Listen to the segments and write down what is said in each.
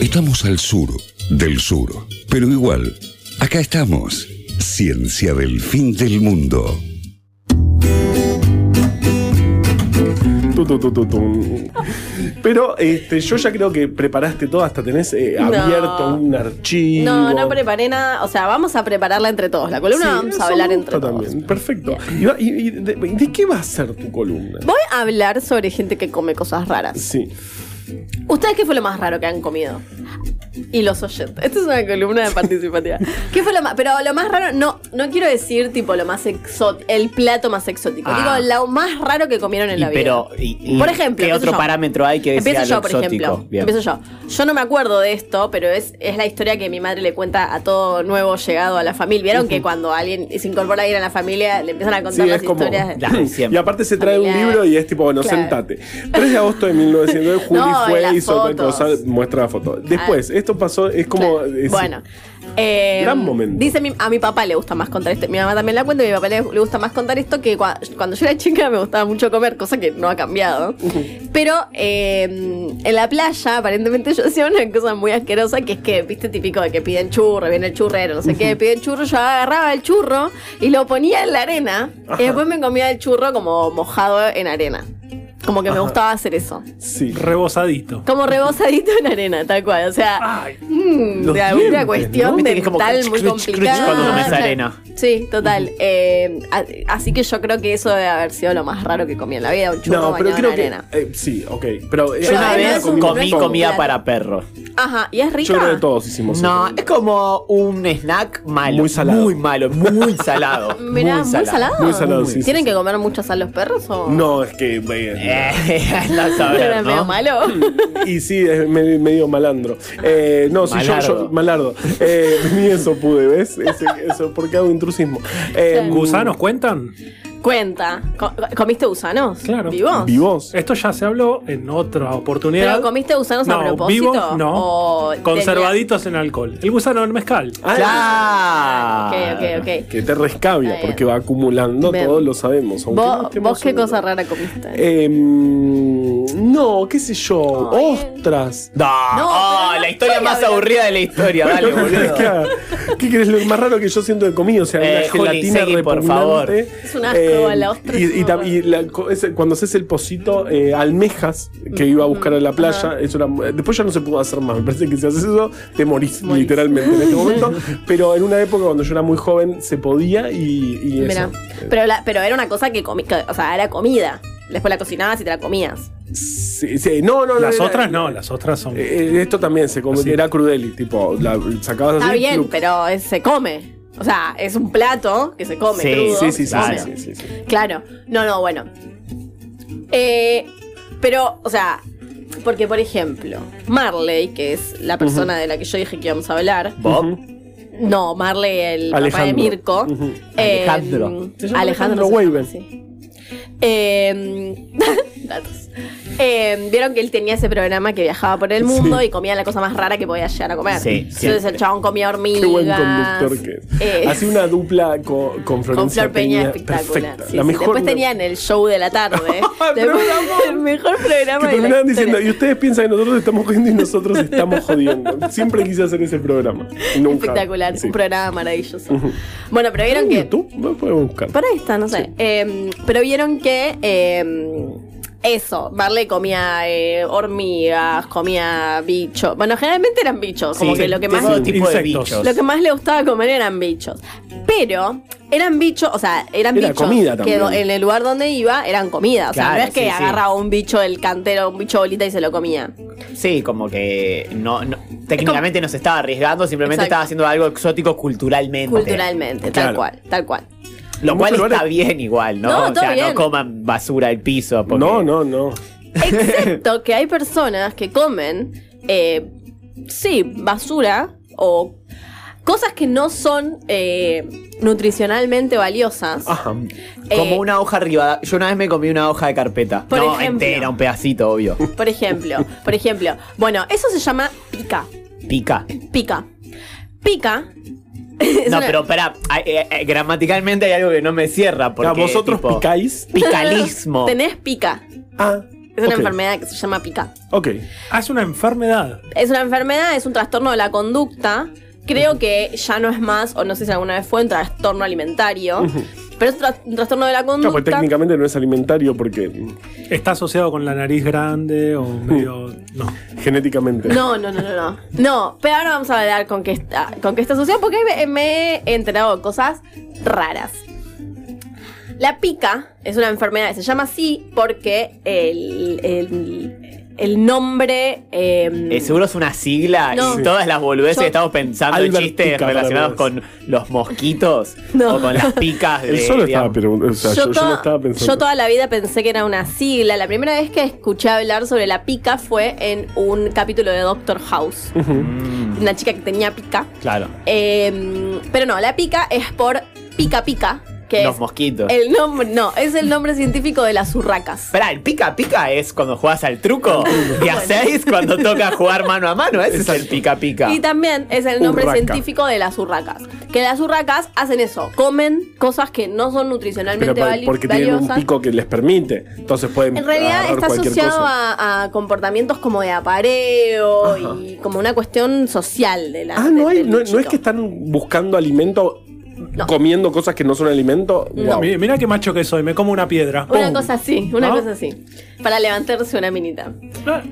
Estamos al sur del sur, pero igual, acá estamos. Ciencia del fin del mundo. Tu, tu, tu, tu, tu. Pero este, yo ya creo que preparaste todo, hasta tenés eh, No. abierto un archivo. No, no preparé nada. O sea, vamos a prepararla entre todos. La columna Sí, vamos eso a hablar me entre gusta todos. también. Perfecto. ¿Y, va- y- y de, y de qué va a ser tu columna? Voy a hablar sobre gente que come cosas raras. Sí. ¿Ustedes qué fue lo más raro que han comido? Y los oyentes. Esta es una columna de participativa. ¿Qué fue lo más? Pero lo más raro, no, no quiero decir tipo lo más exótico, el plato más exótico. Ah. Digo, lo más raro que comieron en Y, la vida. pero, y- y por ejemplo, ¿qué empiezo otro yo. parámetro hay que decir Empiezo a yo, lo por exótico? ejemplo. Bien. Empiezo yo. Yo no me acuerdo de esto, pero es, es la historia que mi madre le cuenta a todo nuevo llegado a la familia. Vieron que cuando alguien se incorpora a alguien a la familia, le empiezan a contar Sí, las es como- historias. La de Y siempre. aparte se trae un Familiar. libro y es tipo, bueno, Claro. sentate. 3 de agosto de 1909, Juli No, fue, las hizo tal fotos. cosa, muestra la foto. Después, esto pasó, es como. Claro. es- bueno. eh, Gran momento. Dice mi- a mi papá le gusta más contar esto. Mi mamá también la cuenta. y A mi papá le, le gusta más contar esto que cua- cuando yo era chica me gustaba mucho comer, cosa que no ha cambiado. Pero eh, en la playa, aparentemente, yo hacía una cosa muy asquerosa que es que, viste, típico de que piden churro, viene el churrero, no sé qué, piden churro. Yo agarraba el churro y lo ponía en la arena y después me comía el churro como mojado en arena. Como que me gustaba hacer eso. Sí. Rebosadito. Como rebosadito en arena, tal cual. O sea, Ay, Mm, Los de dientes, alguna ¿no? cuestión Viste que es como dental crunch, muy crunch, crunch complicada. cuando comes Claro. arena. Sí, total. Eh, a- así que yo creo que eso debe haber sido lo más raro que comí en la vida, un churro No, pero bañado creo en que. arena. eh, sí, ok. Pero, eh, Yo una no vez es un- no comí es un comida plato. para perro. Ajá, y es rica. Yo creo que todos hicimos No, eso. es como un snack malo. Muy salado. Muy malo, muy salado. Mirá, muy salado. Muy salado, sí, sí, ¿Tienen sí. que comer mucha sal los perros o No, es que. eh, Eh, anda a saber, Era medio ¿no? malo? Y sí, es me- medio malandro. Eh, no, si yo, Malardo. yo- Malardo. Eh, ni eso pude, ¿ves? Ese- eso, porque hago intrusismo. Eh, ¿gusanos cuentan? Cuenta. Co- ¿Comiste gusanos? Claro. ¿Vivos? Vivos. Esto ya se habló en otra oportunidad. ¿Pero comiste gusanos a no, propósito? vivos no. ¿O Conservaditos en alcohol. El gusano en mezcal. Ok, Claro. ok, ok. Ah, Que te rescabia, Está bien. porque va acumulando, Bien. todos lo sabemos. aunque no ¿Vos, estemos vos qué seguros. cosa rara comiste? Eh, Em, no, qué sé yo. Ay. Ostras. No, No, oh, pero no la historia estoy más hablando. aburrida de la historia, dale, boludo. ¿Qué- ¿Qué crees? Lo más raro que yo siento de comida, o sea, Eh, una Juli, gelatina seguí, por repugnante. favor. Es un asco, la ostra Y, es y una tam- horror. y la co- ese- cuando haces el pocito, eh, almejas que iba a buscar a la playa, eso era mu- después ya no se pudo hacer más. Me parece que si haces eso, te morís, Morís. literalmente en este momento. Pero en una época cuando yo era muy joven, se podía y, y eso. eh. Mirá. Pero, la- pero era una cosa que, comí, que- o sea, era comida. Después la cocinabas y te la comías. Sí, sí, No, no, no, Las era- otras Ah, no, las otras son. Eh, eh, esto también se come, Así. era crudeli, tipo, la sacabas así. Está bien, plup. pero es- se come. O sea, es un plato que se come. Sí, crudo, Sí, sí, sí, se Claro. sí, come. sí, sí, sí. Claro. No, no, bueno. Eh, pero, o sea, porque por ejemplo, Marley, que es la persona de la que yo dije que íbamos a hablar. Bob, No, Marley, el papá de Alejandro. Mirko. Ujú. eh, Alejandro. Se llama Alejandro. Alejandro se llama Weiben. así. Eh, datos. Eh, Vieron que él tenía ese programa que viajaba por el mundo Sí. y comía la cosa más rara que podía llegar a comer. Sí, Entonces siempre. el chabón comía hormigas. Qué buen conductor que es. eh, Hacía una dupla co- con, con Florencia Flor Peña, espectacular. Perfecta. Sí, la sí. mejor. Ah, Después tenían el show de la tarde. Ay, pero Después- un amor. el mejor que programa de la terminaban historia. diciendo, y ustedes piensan que nosotros estamos jodiendo y nosotros estamos jodiendo. Siempre quise hacer ese programa. Nunca. Espectacular, Sí. un programa maravilloso. Bueno, pero vieron ¿En que. YouTube? No podemos buscar. Para esta, no sé. Eh, pero vieron que eh, eso, Barley comía eh, hormigas, comía bichos. Bueno, generalmente eran bichos, como sí, que lo que de más. todo tipo de Insectos. bichos. Lo que más le gustaba comer eran bichos. Pero eran bichos, o sea, eran Era bichos comida que también. do- en el lugar donde iba eran comida. O sea, no Claro, es que sí, sí. agarraba un bicho del cantero, un bicho bolita y se lo comía. Sí, como que no, no- técnicamente no se estaba arriesgando, simplemente Exacto. estaba haciendo algo exótico culturalmente. Culturalmente, tal Claro. cual, tal cual. Lo En cual muchos está lugares- bien igual, ¿no? No, o todo sea, bien. no coman basura del piso. porque- No, no, no. Excepto que hay personas que comen, eh, sí, basura o cosas que no son eh, nutricionalmente valiosas. Ah. Ajá. Eh, Como una hoja arriba. Yo una vez me comí una hoja de carpeta. Por no, ejemplo. entera, un pedacito, obvio. Por ejemplo, por ejemplo. Bueno, eso se llama pica. Pica. Pica. Pica. es no, una- pero pará, ay, eh, eh, gramaticalmente hay algo que no me cierra. Porque, Ah, ¿Vosotros tipo, picáis? Picalismo. Tenés pica. Ah. Es una Ok. enfermedad que se llama pica. Ok. Ah, es una enfermedad. Es una enfermedad, es un trastorno de la conducta. Creo que ya no es más, o no sé si alguna vez fue un trastorno alimentario. Pero es un tra- un trastorno de la No, pues conducta. técnicamente no es alimentario porque ¿Está asociado con la nariz grande o medio.? No. genéticamente. No, no, no, no, no. No, pero ahora vamos a hablar con qué está, con qué está asociado porque me, me he enterado de cosas raras. La pica es una enfermedad que se llama así porque el, el- el nombre... eh, Eh, seguro es una sigla No. y Sí. todas las boludeces Yo- que estamos pensando Albert en chistes Pica, para relacionados con boludeces. los mosquitos No. o con las picas de. Él solo estaba digamos, preguntando. O sea, yo, yo to- no estaba pensando. yo toda la vida pensé que era una sigla. La primera vez que escuché hablar sobre la pica fue en un capítulo de Doctor House. Una chica que tenía pica. Claro. Eh, pero no, la pica es por pica pica, que Los es mosquitos. el nombre, no, es el nombre científico de las urracas. Esperá, el pica pica es cuando jugás al truco y a seis cuando toca jugar mano a mano. Ese es el pica pica. Y también es el nombre Urraca. científico de las urracas. Que las urracas hacen eso, comen cosas que no son Pero nutricionalmente pa- vali- porque tienen un valiosas. pico que les permite. Entonces pueden. En realidad agarrar está cualquier asociado cosa. a, a comportamientos como de apareo y como una cuestión social de la. Ah, no, de- hay, del no, no es este bichito. que están buscando alimento, No. comiendo cosas que no son alimento. No. Wow. Mi- Mira qué macho que soy, me como una piedra. Una Pum. cosa así, una Ah. ¿No? cosa así. Para levantarse una minita. Ah,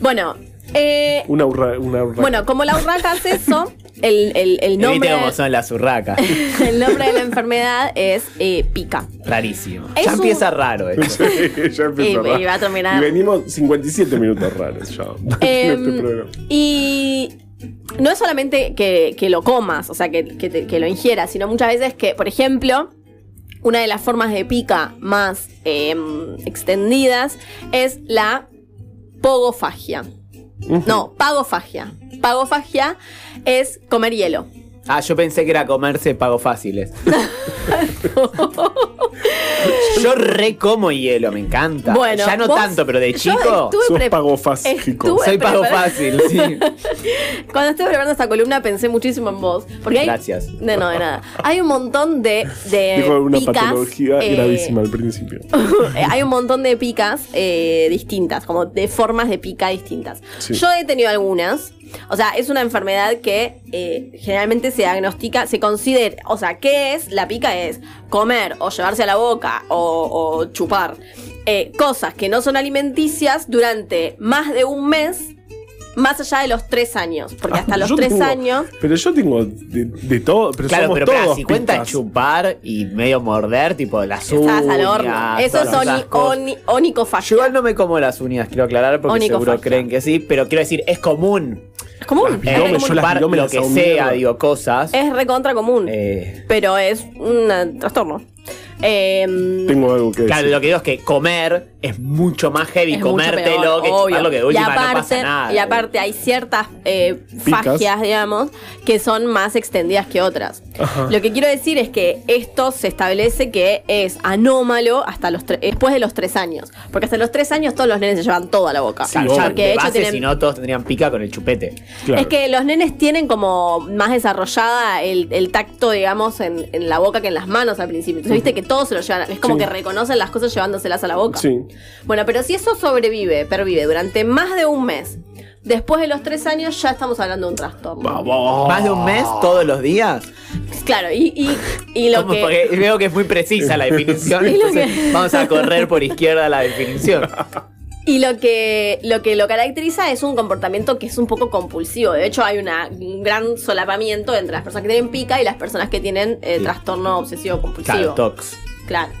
Bueno, eh, Una urra, una urra- bueno, como la urraca hace eso, el, el- el Y Viste nombre, cómo son las urracas. el nombre de la enfermedad es eh, pica. Rarísimo. Es ya un- empieza raro esto. Ya Y, empezó, y ¿verdad? va a terminar. Y venimos 57 minutos raros ya. en Em, este programa. y no es solamente que, que lo comas, o sea, que, que te- que lo ingieras, sino muchas veces que, por ejemplo, una de las formas de pica más em, extendidas es la pogofagia. No, pagofagia. Pagofagia es comer hielo. Ah, yo pensé que era comerse pagos fáciles. yo re como hielo, me encanta. Bueno, ya no vos- tanto, pero de yo chico. estuve Sos pre- pagofásico. estuve- Soy pago preparada. fácil, sí. Cuando estuve preparando esta columna pensé muchísimo en vos. Porque hay, Gracias. No, no, de nada. Hay un montón de, de Dijo una eh, picas, patología eh, gravísima al principio. Eh, hay un montón de picas eh, distintas, como de formas de pica distintas. Sí. Yo he tenido algunas. O sea, es una enfermedad que eh, generalmente se diagnostica, se considera, o sea, ¿qué es? La pica es comer o llevarse a la boca o, o chupar eh, cosas que no son alimenticias durante más de un mes, más allá de los tres años. Porque hasta los Ah, Yo tres tengo- años... Pero yo tengo de, de todo. Pero Claro, somos pero pará, todos si cuenta picas. chupar y medio morder, tipo las uñas. Estás al horno. Eso es todas oni, esas cosas. oni- onicofagia. Yo igual no me como las uñas, quiero aclarar, porque Onicofagia. seguro creen que sí, pero quiero decir, es común. Es común. Es eh, re Bidomes, yo común. las chupar bidomes lo las que hago sea, mierda. digo, cosas. Es recontra común. Eh, pero es un eh, trastorno. Eh, Tengo algo que claro, decir. lo que digo es que comer es mucho más heavy es mucho peor, comértelo que obvio. chuparlo, que de y última aparte, no pasa nada. Y aparte hay ciertas eh, Picas. fagias, digamos, que son más extendidas que otras. Lo que quiero decir es que esto se establece que es anómalo hasta los tre- después de los tres años. Porque hasta los tres años todos los nenes se llevan toda la boca. Claro, ya Porque de de hecho base, tienen- si no todos tendrían pica con el chupete. Claro. Es que los nenes tienen como más desarrollada el, el tacto, digamos, en, en la boca que en las manos al principio. Entonces, viste que todos se lo llevan. Es como Sí. que reconocen las cosas llevándoselas a la boca. Sí. Bueno, pero si eso sobrevive, pervive durante más de un mes, después de los tres años ya estamos hablando de un trastorno. Oh. Más de un mes, todos los días. Claro, y, y, y lo Como que. porque veo que es muy precisa la definición. Y lo entonces que- Vamos a correr por izquierda la definición. Y lo que, lo que lo caracteriza es un comportamiento que es un poco compulsivo. De hecho, hay una, un gran solapamiento entre las personas que tienen pica y las personas que tienen eh, Sí. trastorno obsesivo compulsivo. Claro, tox. Claro.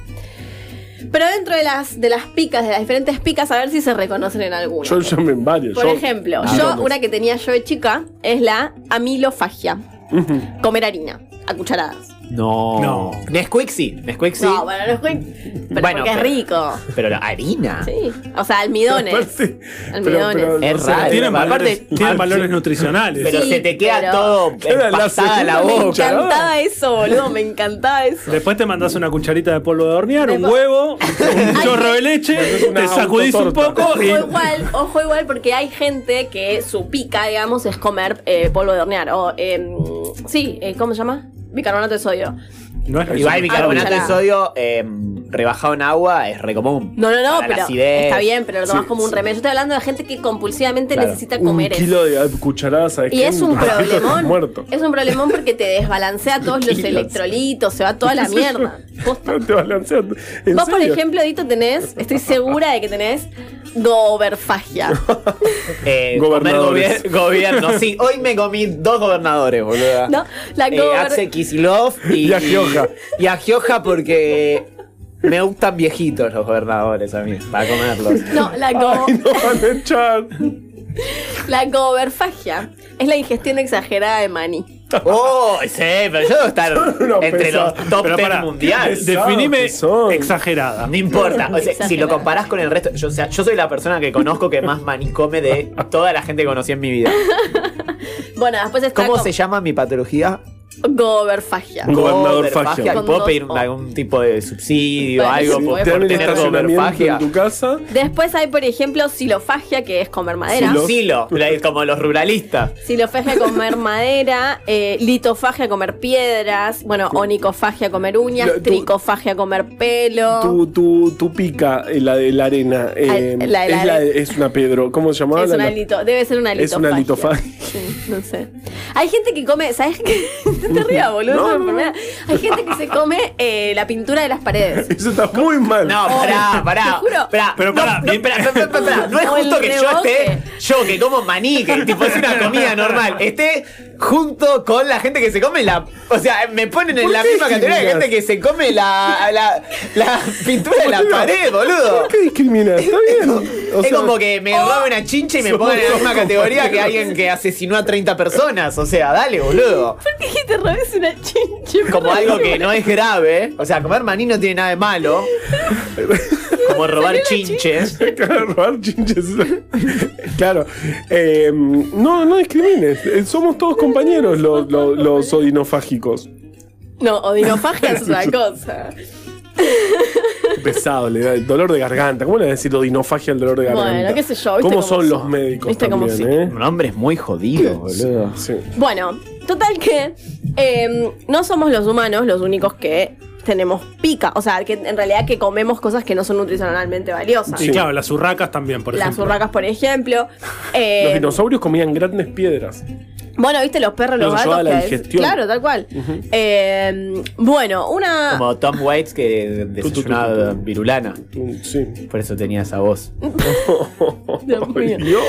Pero dentro de las, de las picas, de las diferentes picas, a ver si se reconocen en alguna. Yo llamé en varios. Por yo- ejemplo, Ah, yo, vamos. una que tenía yo de chica, es la amilofagia. Comer harina a cucharadas. No. No. Nesquik sí. Nesquik sí. No, bueno, no es que- pero Bueno, porque es pero- rico. Pero la harina. Sí. O sea, almidones. Aparte, Almidones. Es sé, raro. Tienen Aparte- valores, tienen Aparte- valores nutricionales. Pero Sí, se te queda pero- todo Queda la pasada la segunda me boca. ¿no? encantaba eso, boludo. Me encantaba eso. Después te mandas una cucharita de polvo de hornear, un Después- huevo, un chorro de Bueno, es leche, una te sacudís un autotorta. poco y. Ojo igual, ojo igual, porque hay gente que su pica, digamos, es comer eh, polvo de hornear. O, em, sí, eh, ¿cómo se llama? Bicarbonato de sodio. No es Ah, Igual bicarbonato de cucharada. sodio. em, rebajado en agua es re común. No, no, no, Para la pero acidez. está bien, pero lo tomas como un remedio. Yo estoy hablando de gente que compulsivamente Claro. necesita Un comer eso. kilo de ah, cucharadas. ¿sabes Y qué? es un ratito estás problemón. muerto. Es un problemón porque te desbalancea todos los Kilos. electrolitos, se va toda la mierda. Posta. No te balanceas. ¿En Vos, por serio? ejemplo, Dito, tenés, estoy segura de que tenés goberfagia. Eh, Gobernadores. comer gobier- gobierno. Sí, hoy me comí dos gobernadores, boludo. No, la eh, gober- Axel Kicillof y, Y a Gioja. Y a Gioja porque me gustan viejitos los gobernadores a mí, para comerlos. No, la, go- Ay, no van a echar. la goberfagia es la ingestión exagerada de maní. ¡Oh! Sí, pero yo debo estar No, entre pensaba. los top Pero 10 pará, mundiales. de- Definime que son. exagerada. No importa, o sea, si Exagerado. lo comparás con el resto, yo, o sea, yo soy la persona que conozco que más maní come de toda la gente que conocí en mi vida. Bueno, después está ¿Cómo go- se llama mi patología? goberfagia. Gobernador Goberfagia. Fagia. ¿Y ¿Puedo Con pedir dos O. algún tipo de subsidio, Bueno, algo sí, por, puede por Te dan el tener estacionamiento goberfagia? en tu casa. Después hay, por ejemplo, silofagia, que es comer madera. Silo- Silo, la- como los ruralistas. Silofagia, comer madera. eh, litofagia, comer piedras. Bueno, onicofagia, comer uñas. Lo- tú- tricofagia, comer pelo. Tu, tu, tu pica, eh, la de la arena, eh, Ay, la de la es, la are- es una Pedro. ¿Cómo se llamaba? Es La- una la- lito- debe ser una Es litofagia. una litofagia. Sí, no sé. Hay gente que come, ¿sabes qué? No te rías, boludo, No, es una no, enfermedad. Hay gente que se come eh, la pintura de las paredes. Eso está muy mal. No, pará, Oh, te pará. juro. pará. Pero No, pará, no, bien- pará, pará, pará, pará. No es O el justo que yo rebote. esté, yo que como maní, que tipo es una comida normal, esté junto con la gente que se come la. O sea, me ponen en ¿Por la qué misma categoría de discriminas? gente que se come la, la, la pintura de la Boludo, pared, boludo. ¿Por qué discriminas? Está bien. O es sea, como que me robe una chincha y me somos pongan en la misma todos categoría que compañeros. alguien que asesinó a 30 personas. O sea, dale, boludo. ¿Por qué te robes una chinche? Como algo que no es grave. O sea, comer maní no tiene nada de malo. Como robar chinches. Claro, robar chinches. claro. Eh, no, no discrimines. Eh, Somos todos compañeros los, los, los odinofágicos. No, odinofagia es otra cosa. Pesado, le da el dolor de garganta. ¿Cómo le va a decir odinofagia al dolor de Bueno, garganta? qué sé yo, ¿viste ¿Cómo cómo son son? los médicos? ¿Viste cómo también, sí? eh? Un hombre es muy jodido, boludo. Sí. Bueno, total que eh, no somos los humanos los únicos que tenemos pica. O sea, que en realidad que comemos cosas que no son nutricionalmente valiosas. Ah, Y Sí. claro, las urracas también, por Las ejemplo. urracas, por ejemplo. Eh, Los dinosaurios comían grandes piedras. Bueno, viste los perros, los Nos ayuda gatos. a la que- digestión. Claro, tal cual. Eh, bueno, una. Como Tom Waits Tu, que tu, tu, desayunaba tu, tu. virulana. Mm, Sí. Por eso tenía esa voz. Dios mío. Dios.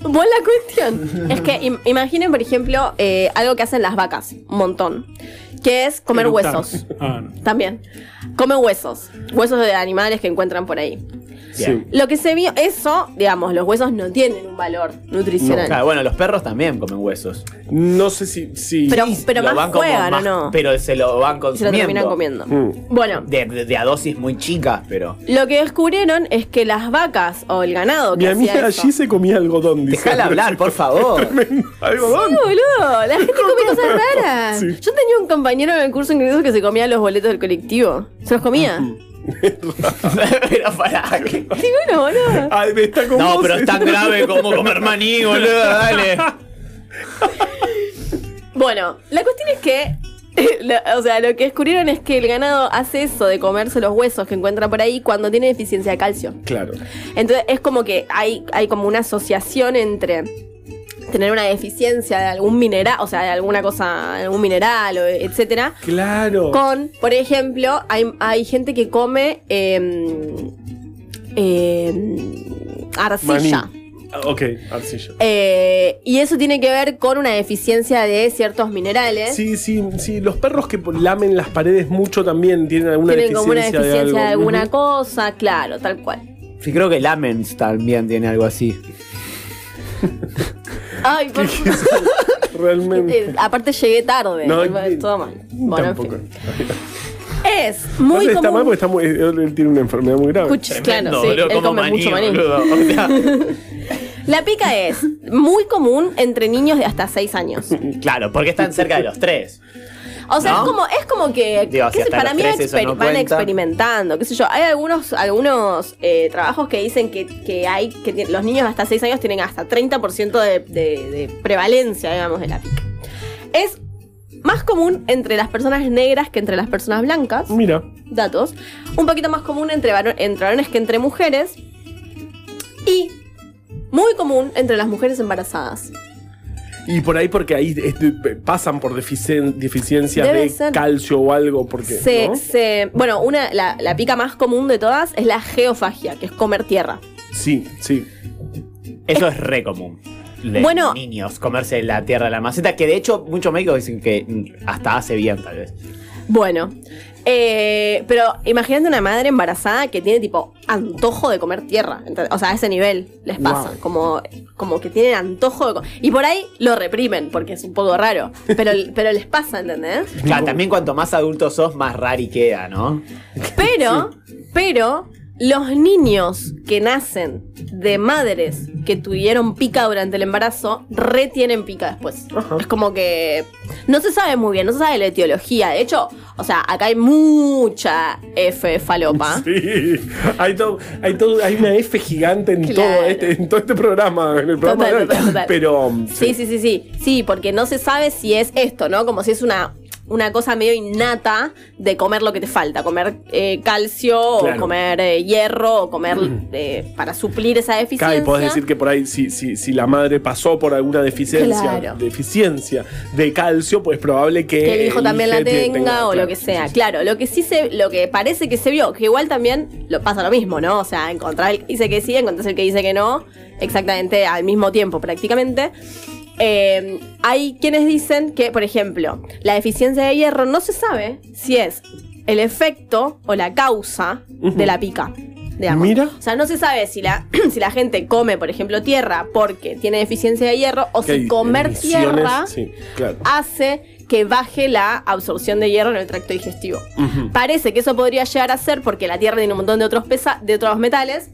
Bueno, la cuestión es que im- imaginen, por ejemplo, eh, algo que hacen las vacas, un montón, que es comer Eructar. huesos. Ah, no. También. Comen huesos. Huesos de animales que encuentran por ahí. Sí. Lo que se vio, eso, digamos, los huesos no tienen un valor nutricional. Claro, Ah, bueno, los perros también comen huesos. No sé si. si Pero, Sí, pero lo más van como juegan, ¿o más- no? Pero se lo se van lo consumiendo. terminan comiendo. Mm. Bueno, De, de- de a dosis muy chicas, pero. lo que descubrieron es que las vacas o el ganado que mi hacía amiga eso- allí se comía algodón. dice. Déjala hablar, por favor. ¿Algodón? Sí, boludo, la gente come cosas raras. Sí. Yo tenía un compañero en el curso ingreso que se comía los boletos del colectivo. ¿Se los comía? Ah, pero para qué. Sí, bueno, boludo. Ay, está con No, vos, pero es tan grave como comer maní, boludo, dale. Bueno, la cuestión es que. lo- o sea, lo que descubrieron es que el ganado hace eso de comerse los huesos que encuentra por ahí cuando tiene deficiencia de calcio. Claro. Entonces es como que hay, hay como una asociación entre tener una deficiencia de algún mineral, o sea, de alguna cosa, algún mineral, o etcétera, Claro. Con, por ejemplo, hay, hay gente que come em, em, arcilla. Maní. Ah, Ok, arcilla. Eh, y eso tiene que ver con una deficiencia de ciertos minerales. Sí, sí, sí. Los perros que lamen las paredes mucho también tienen alguna Tienen como una deficiencia, deficiencia de, de, algo. alguna Ujú. cosa, claro, tal cual. Sí, creo que Lamens también tiene algo así. Ay, por Realmente. eh, Aparte llegué tarde, No, eh, tipo, todo mal. Bueno, en fin. tampoco. Es muy Aparte está mal pues, porque común. está muy- él, él tiene una enfermedad muy grave. Escucha, claro, sí, boludo, él como come mucho maní. boludo. O sea, La pica es muy común entre niños de hasta 6 años. claro, porque están cerca de los tres. O sea, ¿No? es como, es como que Digo, qué si sé, hasta para los mí 13 eso exper- no van cuenta. experimentando, qué sé yo. Hay algunos, algunos eh, trabajos que dicen que, que hay, que ti- los niños hasta 6 años tienen hasta 30% de, de- de prevalencia, digamos, de la pica. Es Más común entre las personas negras que entre las personas blancas. Mira, Datos. Un poquito más común entre, varo- entre varones que entre mujeres. Y muy común entre las mujeres embarazadas. y por ahí porque ahí este, pasan por deficien- deficiencias Debe de ser. calcio o algo, porque Se- ¿no? se- bueno, una, la, la pica más común de todas es la geofagia, que es comer tierra. sí, sí. Eso es re común. De Bueno. niños, comerse la tierra de la maceta, que de hecho muchos médicos dicen que mm, hasta hace bien, tal vez. Bueno, eh, pero imagínate una madre embarazada que tiene tipo antojo de comer tierra. Ent- O sea, a ese nivel les pasa. Wow. Como, como que tienen antojo de co- Y por ahí lo reprimen, porque es un poco raro. Pero, pero les pasa, ¿entendés? Claro, también cuanto más adulto sos, más rari queda, ¿no? Pero, pero, los niños que nacen de madres que tuvieron pica durante el embarazo, retienen pica después. Es como que no se sabe muy bien, no se sabe la etiología. De hecho, o sea, acá hay mucha F falopa. Sí, hay, todo, hay, todo, hay una F gigante en, Claro. todo este, en todo este programa, en el programa Total, de hoy. total, total. Pero um, Sí, sí, sí, sí. Sí, porque no se sabe si es esto, ¿no? Como si es una, una cosa medio innata de comer lo que te falta. Comer eh, calcio, Claro. o comer eh, hierro, o comer eh, para suplir esa Acá deficiencia. y podés decir que por ahí, si, si, si la madre pasó por alguna deficiencia, Claro. deficiencia de calcio, pues probable que, que el hijo también la te- tenga, o claro, lo que sí, sea. sí, sí. Claro, lo que sí se, lo que parece que se vio, que igual también lo pasa lo mismo, ¿no? O sea, encontrar el que dice que sí, encontrar el que dice que no, exactamente al mismo tiempo prácticamente. Eh, hay quienes dicen que, por ejemplo, la deficiencia de hierro no se sabe si es el efecto o la causa de la pica. digamos. Mira. O sea, no se sabe si la, si la gente come, por ejemplo, tierra porque tiene deficiencia de hierro o Que hay si comer emisiones, tierra Sí, claro. hace que baje la absorción de hierro en el tracto digestivo. Parece que eso podría llegar a ser porque la tierra tiene un montón de otros, pesa de otros metales,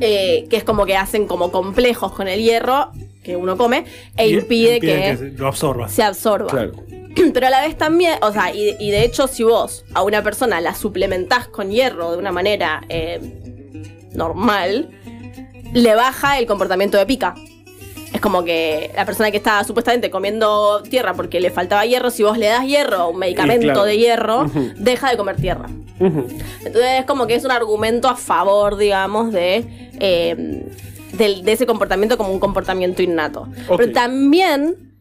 eh, que es como que hacen como complejos con el hierro que uno come e Y- impide, que, se- lo absorba. se absorba. Claro. Pero a la vez también, o sea, y, y de hecho si vos a una persona la suplementás con hierro de una manera eh, normal, le baja el comportamiento de pica. Es como que la persona que está supuestamente comiendo tierra porque le faltaba hierro, si vos le das hierro, un medicamento claro. de hierro, Ujú. deja de comer tierra. Ujú. Entonces es como que es un argumento a favor, digamos, de, eh, del- de ese comportamiento como un comportamiento innato. Ok. Pero también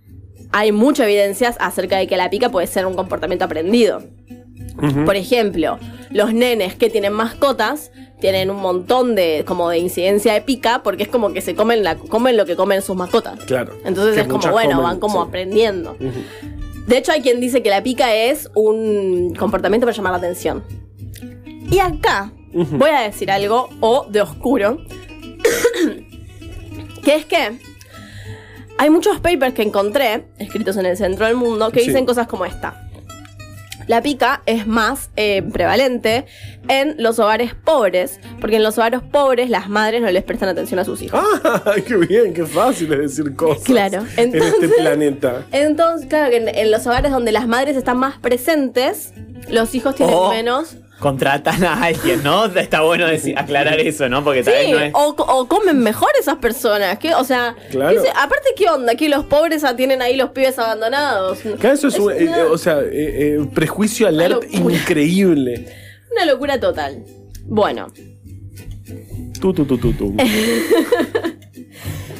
hay muchas evidencias acerca de que la pica puede ser un comportamiento aprendido. Por ejemplo, los nenes que tienen mascotas tienen un montón de como de incidencia de pica porque es como que se comen la comen lo que comen sus mascotas. Claro. Entonces Que es como muchas bueno, comen, van como sí. aprendiendo. De hecho, hay quien dice que la pica es un comportamiento para llamar la atención. Y acá voy a decir algo o de oscuro, que es que hay muchos papers que encontré, escritos en el centro del mundo, que Sí. dicen cosas como esta. La pica es más eh, prevalente en los hogares pobres, porque en los hogares pobres las madres no les prestan atención a sus hijos. Ah, qué bien, qué fácil es decir cosas. Claro, en entonces- este planeta. Entonces, claro, que en, en los hogares donde las madres están más presentes, los hijos tienen Oh. menos. Contratan a alguien, ¿no? Está bueno decir, aclarar eso, ¿no? Porque Sí, tal vez no es. o, co- o comen mejor esas personas. Que, o sea, Claro. ¿qué sé? aparte, ¿qué onda? Que los pobres ah, tienen ahí los pibes abandonados. Claro, eso es, un, eh, una, eh, o sea, eh, eh, prejuicio alert locura. increíble. una locura total. Bueno, Tú, tú, tú, tú, tú.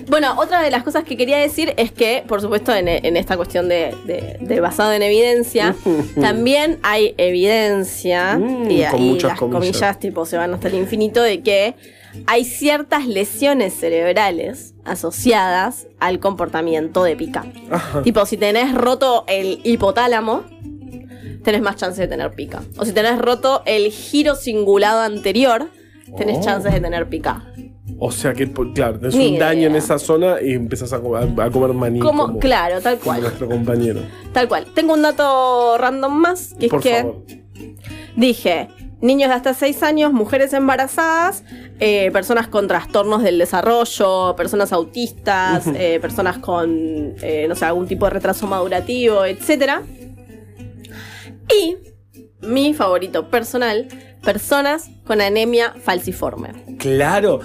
Bueno, otra de las cosas que quería decir es que, por supuesto, en, en esta cuestión de, de- de basado en evidencia, también hay evidencia, Mm, y con ahí muchas las comillas. comillas. tipo se van hasta el infinito, de que hay ciertas lesiones cerebrales asociadas al comportamiento de pica. Ajá. Tipo, si tenés roto el hipotálamo, tenés más chances de tener pica. O si tenés roto el giro cingulado anterior, tenés Oh. chances de tener pica. O sea que, por- claro, es Ni un daño idea. en esa zona y empezás a, co- a- a comer maní. Como, claro, tal como cual. nuestro compañero. Tal cual. Tengo un dato random más, que Por es que favor. dije, niños de hasta 6 años, mujeres embarazadas, eh, personas con trastornos del desarrollo, personas autistas, eh, personas con, eh, no sé, algún tipo de retraso madurativo, etc. Y mi favorito personal, personas con anemia falciforme. Claro.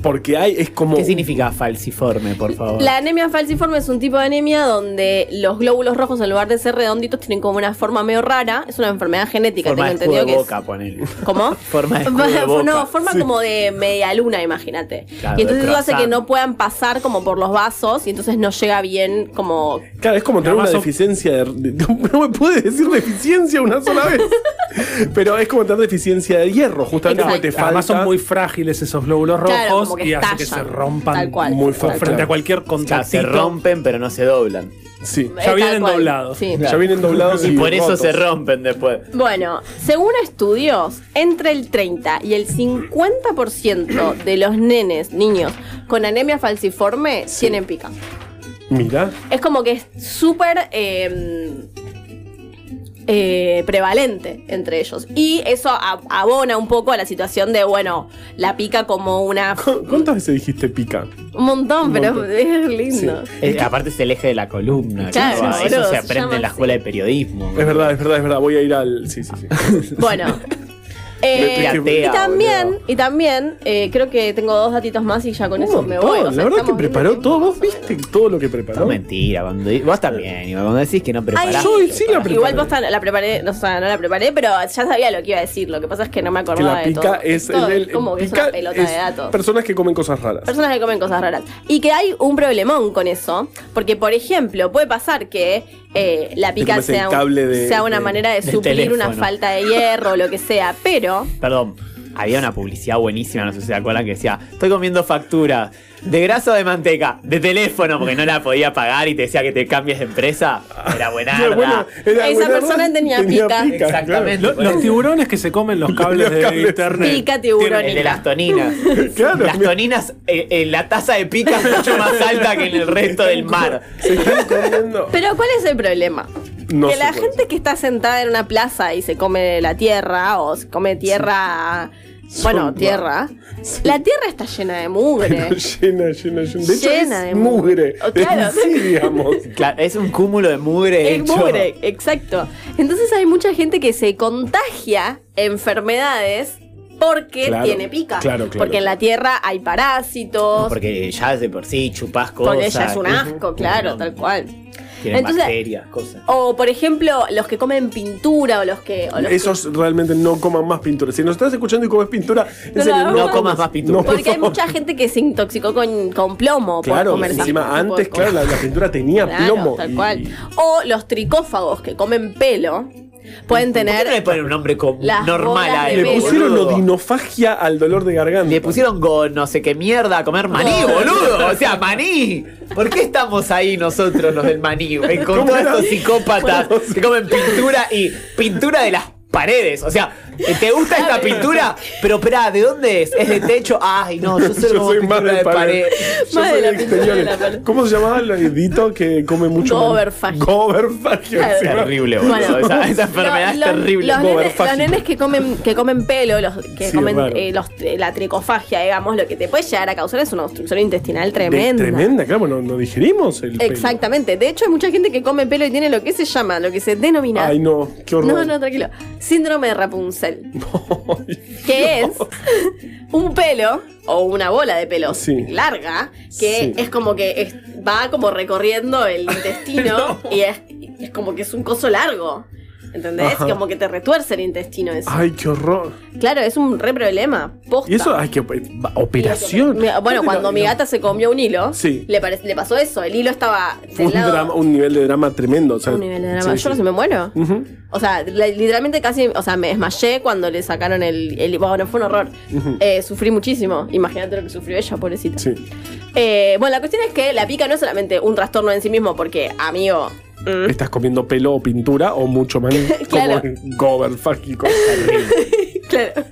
Porque hay, es como. ¿Qué significa falciforme, por favor? La anemia falciforme es un tipo de anemia donde los glóbulos rojos, en lugar de ser redonditos, tienen como una forma medio rara. Es una enfermedad genética, Forma de tengo entendido escudo de que es- boca, ponele. ¿Cómo? Forma de escudo de boca. No, forma Sí. como de media luna, imagínate. Claro, y entonces de eso hace que croissant. no puedan pasar como por los vasos y entonces no llega bien como... eh, Claro, es como tener Además una son- deficiencia de, de- No me puede decir deficiencia una sola vez. Pero es como tener deficiencia de hierro, justamente Exacto. porque te falta. Además son muy frágiles esos glóbulos rojos Claro, como que y hace que se estallan, rompan tal cual, muy fo- tal frente cual. a cualquier O sea, contacto. se rompen, pero no se doblan. Sí. eh, tal vienen cual. doblados. Sí. Ya vienen doblados y, Y por eso rotos. se rompen después. Bueno, según estudios, entre el 30 y el 50% de los nenes, niños, con anemia falciforme tienen pica. Mira, Es como que es súper eh, eh, prevalente entre ellos. Y eso a- abona un poco a la situación de, bueno, la pica como una... ¿cu- ¿cuántas veces dijiste pica? Un montón, Un pero montón. es lindo. Eh, aparte es el eje de la columna. Claro, chicos. boludo, eso se se aprende llama en la así. escuela de periodismo. Es verdad, es verdad, es verdad. Voy a ir al. Sí, sí, sí. Bueno. eh, Me piratea, y también, boludo. y también eh, creo que tengo dos datitos más y ya con Un eso me montón. voy. O sea, la verdad que estamos viendo preparó que- todo. ¿Vos viste todo lo que No preparó? mentira, cuando di- vos también, Iván, cuando decís que no preparás. Ay, Yo hoy sí la preparé. Igual vos tan- la preparé, no, o sea, no la preparé, pero ya sabía lo que iba a decir. Lo que pasa es que no me Que acordaba la de pica todo. es. Todo el- el- como que es pica una pelota es de datos. Personas que comen cosas raras. Personas que comen cosas raras. Y que hay un problemón con eso. Porque, por ejemplo, puede pasar que eh, la pica comes el sea, un- cable de- sea una de- manera de del suplir una teléfono. falta de hierro o lo que sea. Pero Perdón, había una publicidad buenísima, no sé si se acuerdan, que decía, estoy comiendo factura de grasa o de manteca, de teléfono, porque no la podía pagar y te decía que te cambies de empresa. Era buena. Era buena- eh, era Esa buena persona raza, tenía pica. claro. Exactamente. Lo- los tiburones que se comen los cables Los de cables. internet. pica el de tiburón. las toninas. Claro. las toninas, eh, eh, la tasa de pica es mucho más alta que en el resto del mar. Se están comiendo. Pero ¿cuál es el problema? No que sé la cuál es. gente que está sentada en una plaza y se come la tierra o se come tierra... Bueno, Son- tierra. La tierra está llena de mugre. Pero llena, llena, llena. De hecho, Llena es mugre. de mugre. Oh, claro. Oh, En sí, digamos. Claro, es un cúmulo de mugre. El hecho. mugre, exacto. Entonces hay mucha gente que se contagia enfermedades porque Claro, tiene pica. claro, claro. Porque en la tierra hay parásitos. porque Porque ya de por sí chupás cosas. ella es un asco, claro, no, tal cual. Tienen Entonces- bacterias, cosas. O por ejemplo, los que comen pintura o los que. o los que- Esos realmente no coman más pintura. Si nos estás escuchando y comes pintura, en No, serio, no, no, no comas más pintura. No, por porque hay favor. mucha gente que se intoxicó con, con plomo por Claro, comer encima tanto tipo de antes, claro, cosas. la, la pintura tenía Claro, plomo. tal y- cual. O los tricófagos que comen pelo pueden ¿Por qué no le tener. ponen un nombre com- Las normal bolas a de él? Le Pero, pusieron boludo? odinofagia al dolor de garganta. Le pusieron con no sé qué mierda a comer maní, Con- boludo. O sea, maní. ¿Por qué estamos ahí nosotros los del maní? En con ¿Cómo todos era? estos psicópatas que comen pintura y pintura de las paredes. O sea, eh, ¿te gusta esta pintura? Pero espera, ¿de dónde es? ¿Es de techo? Ay, no, yo Yo solo como soy más pintura de de pared. pared. Yo Más soy de la de pintura de exteriores. la pared. ¿Cómo se llamaba el edito que come mucho? man- Goberfagia. Goberfagia. Claro. encima. Terrible, boludo. Bueno. esa, esa Lo- enfermedad los- es terrible. Los nenes, Goberfagia. los nenes que comen, que comen pelo, los que Sí, comen raro. eh, los- eh, la tricofagia, digamos, lo que te puede llegar a causar es una obstrucción intestinal tremenda. De- tremenda, claro, no, no digerimos el pelo. Exactamente. De hecho, hay mucha gente que come pelo y tiene lo que se llama, lo que se denomina. Ay, no, qué horror. no, no, tranquilo. Síndrome de Rapunzel. que es un pelo o una bola de pelo Sí. larga que Sí. es como que es- va como recorriendo el intestino y es, es como que es un coso largo. ¿Entendés? Ajá. Como que te retuerce el intestino eso. Ay, qué horror. Claro, es un re problema. Posta. Y eso, ay, qué operación. Mi- Bueno, No, cuando no, mi gata se comió un hilo, Sí. le, pare- le pasó eso. El hilo estaba Fue un, del lado- drama, un nivel de drama tremendo. o sea, un nivel de drama. sí, Yo no sí. sé, me muero. Ujú. O sea, la- literalmente casi, o sea, me desmayé cuando le sacaron el, el bueno, fue un horror. Eh, sufrí muchísimo. Imagínate lo que sufrió ella, pobrecita. Sí. Eh, bueno, la cuestión es que la pica no es solamente un trastorno en sí mismo, porque, amigo, mm, Estás comiendo pelo o pintura o mucho maní. Claro. Como en Goberfagico. claro,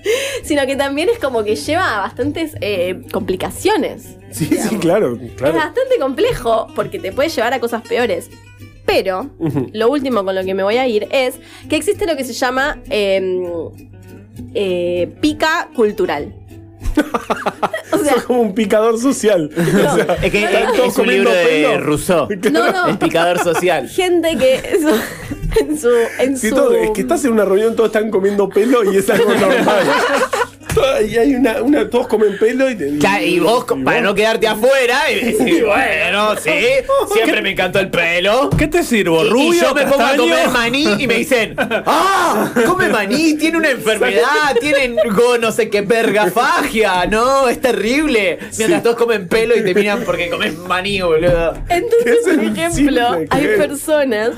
sino que también es como que lleva a bastantes eh, complicaciones. Sí, sí, claro, Es claro. bastante complejo porque te puede llevar a cosas peores. Pero Ujú. lo último con lo que me voy a ir es que existe lo que se llama eh, eh, pica cultural. o sea, Sos como un picador social. O sea, Es que es, todos es un comiendo libro de pelo. Rousseau. No, no. El picador social. gente que en su- en su, en Si su- todo- es que estás en una reunión, todos están comiendo pelo y es algo normal. Toda- Y hay una, una- todos comen pelo y, te- Ya, y vos, co- para no quedarte afuera, y decís, bueno, sí, siempre me encantó el pelo. ¿Qué te sirvo? Y- y ¿Rubio? yo me pongo a castaño? comer maní y me dicen, ¡ah! Come maní, tiene una enfermedad, tienen go, no sé qué verga fagia, no, es terrible. Mientras todos comen pelo y te miran porque comes maní, boludo. Qué Entonces, por sensible ejemplo, que hay es. personas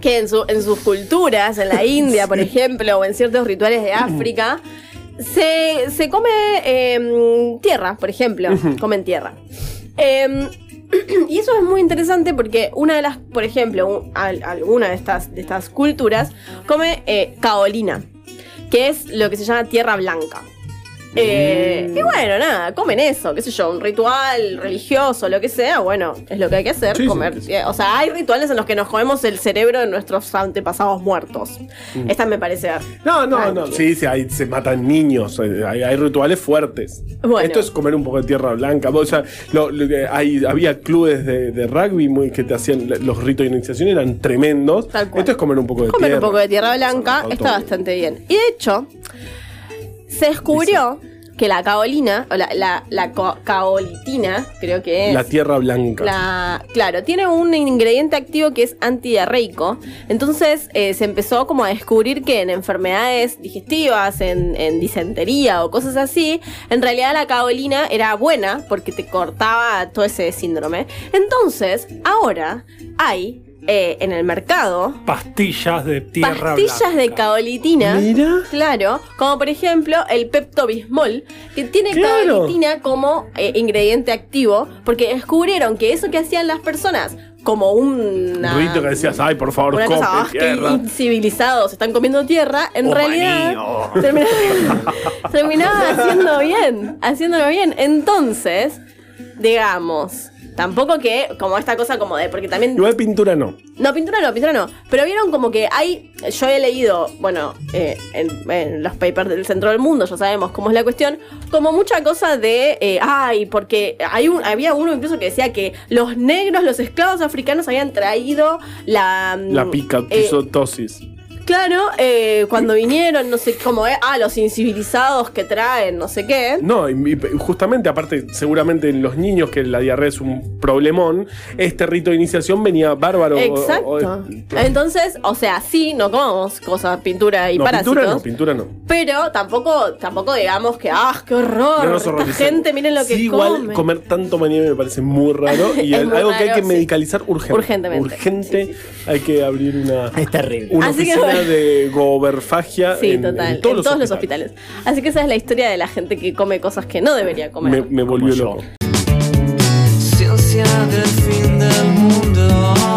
que en, su- en sus culturas, en la India, por ejemplo, o en ciertos rituales de África, se, se come eh, tierra, por ejemplo. Comen tierra. Eh, y eso es muy interesante porque una de las, por ejemplo, un- al- alguna de estas, de estas culturas come eh, caolina, que es lo que se llama tierra blanca. Eh, Mm. Y bueno, nada, comen eso, qué sé yo, un ritual religioso, lo que sea, bueno, es lo que hay que hacer, Sí, sí, comer. Eh, sí. O sea, hay rituales en los que nos comemos el cerebro de nuestros antepasados muertos. Esta me parece... Mm. Ah, No, no, no. Tranqui. Sí, sí, hay- se matan niños. eh, Hay, hay rituales fuertes. Bueno. Esto es comer un poco de tierra blanca. O sea, lo- lo que hay, había clubes de, de rugby muy, que te hacían los ritos de iniciación, eran tremendos. Tal cual. Esto es comer un poco de comer tierra. un poco de tierra O sea, blanca no está faltó. bastante bien. Y de hecho, se descubrió que la caolina, o la, la, la co- caolitina, creo que es. La tierra blanca. la- claro, tiene un ingrediente activo que es antidiarreico. Entonces eh, se empezó como a descubrir que en enfermedades digestivas, en, en disentería o cosas así, en realidad la caolina era buena porque te cortaba todo ese síndrome. Entonces, ahora hay eh, en el mercado Pastillas de tierra pastillas blanca. de caolitina. Mira. Claro, como por ejemplo el Pepto Bismol, que tiene Claro. caolitina como eh, ingrediente activo, porque descubrieron que eso que hacían las personas, como un Un rito que decías, ay, por favor, una come cosa, "Ah, qué tierra. incivilizados, están comiendo tierra, en O realidad maní, o- terminaba, terminaba haciendo bien, haciéndolo bien. Entonces, digamos, tampoco que como esta cosa como de, porque también Igual pintura no. no, pintura no, pintura no. Pero vieron como que hay. Yo he leído, bueno, eh, en, en los papers del centro del mundo, ya sabemos cómo es la cuestión. Como mucha cosa de. eh, ay, porque hay un, había uno incluso que decía que los negros, los esclavos africanos habían traído la. mm, La pica, eh, pisotosis. Claro, eh, cuando vinieron, no sé cómo es. Ah, los incivilizados que traen, no sé qué. No, y- y justamente, aparte, seguramente en los niños, que la diarrea es un problemón, este rito de iniciación venía bárbaro. o- o- Exacto. Entonces, o sea, sí, no comamos cosas, pintura y no, parásitos. pintura no, pintura no. Pero tampoco, tampoco digamos que, ¡ah, qué horror! No nos Esta horrorizamos. gente, miren lo que Sí, come. igual comer tanto maní me parece muy raro y Es el- muy algo que hay raro, que sí. medicalizar urgente. Urgentemente. Urgente, hay que abrir una, Es terrible. una Así que oficina bueno. de goberfagia Sí, en, total, en todos, los, hospitales. hospitales. Así que esa es la historia de la gente que come cosas que no debería Me, comer. me volvió yo. loco. Ciencia del fin del mundo.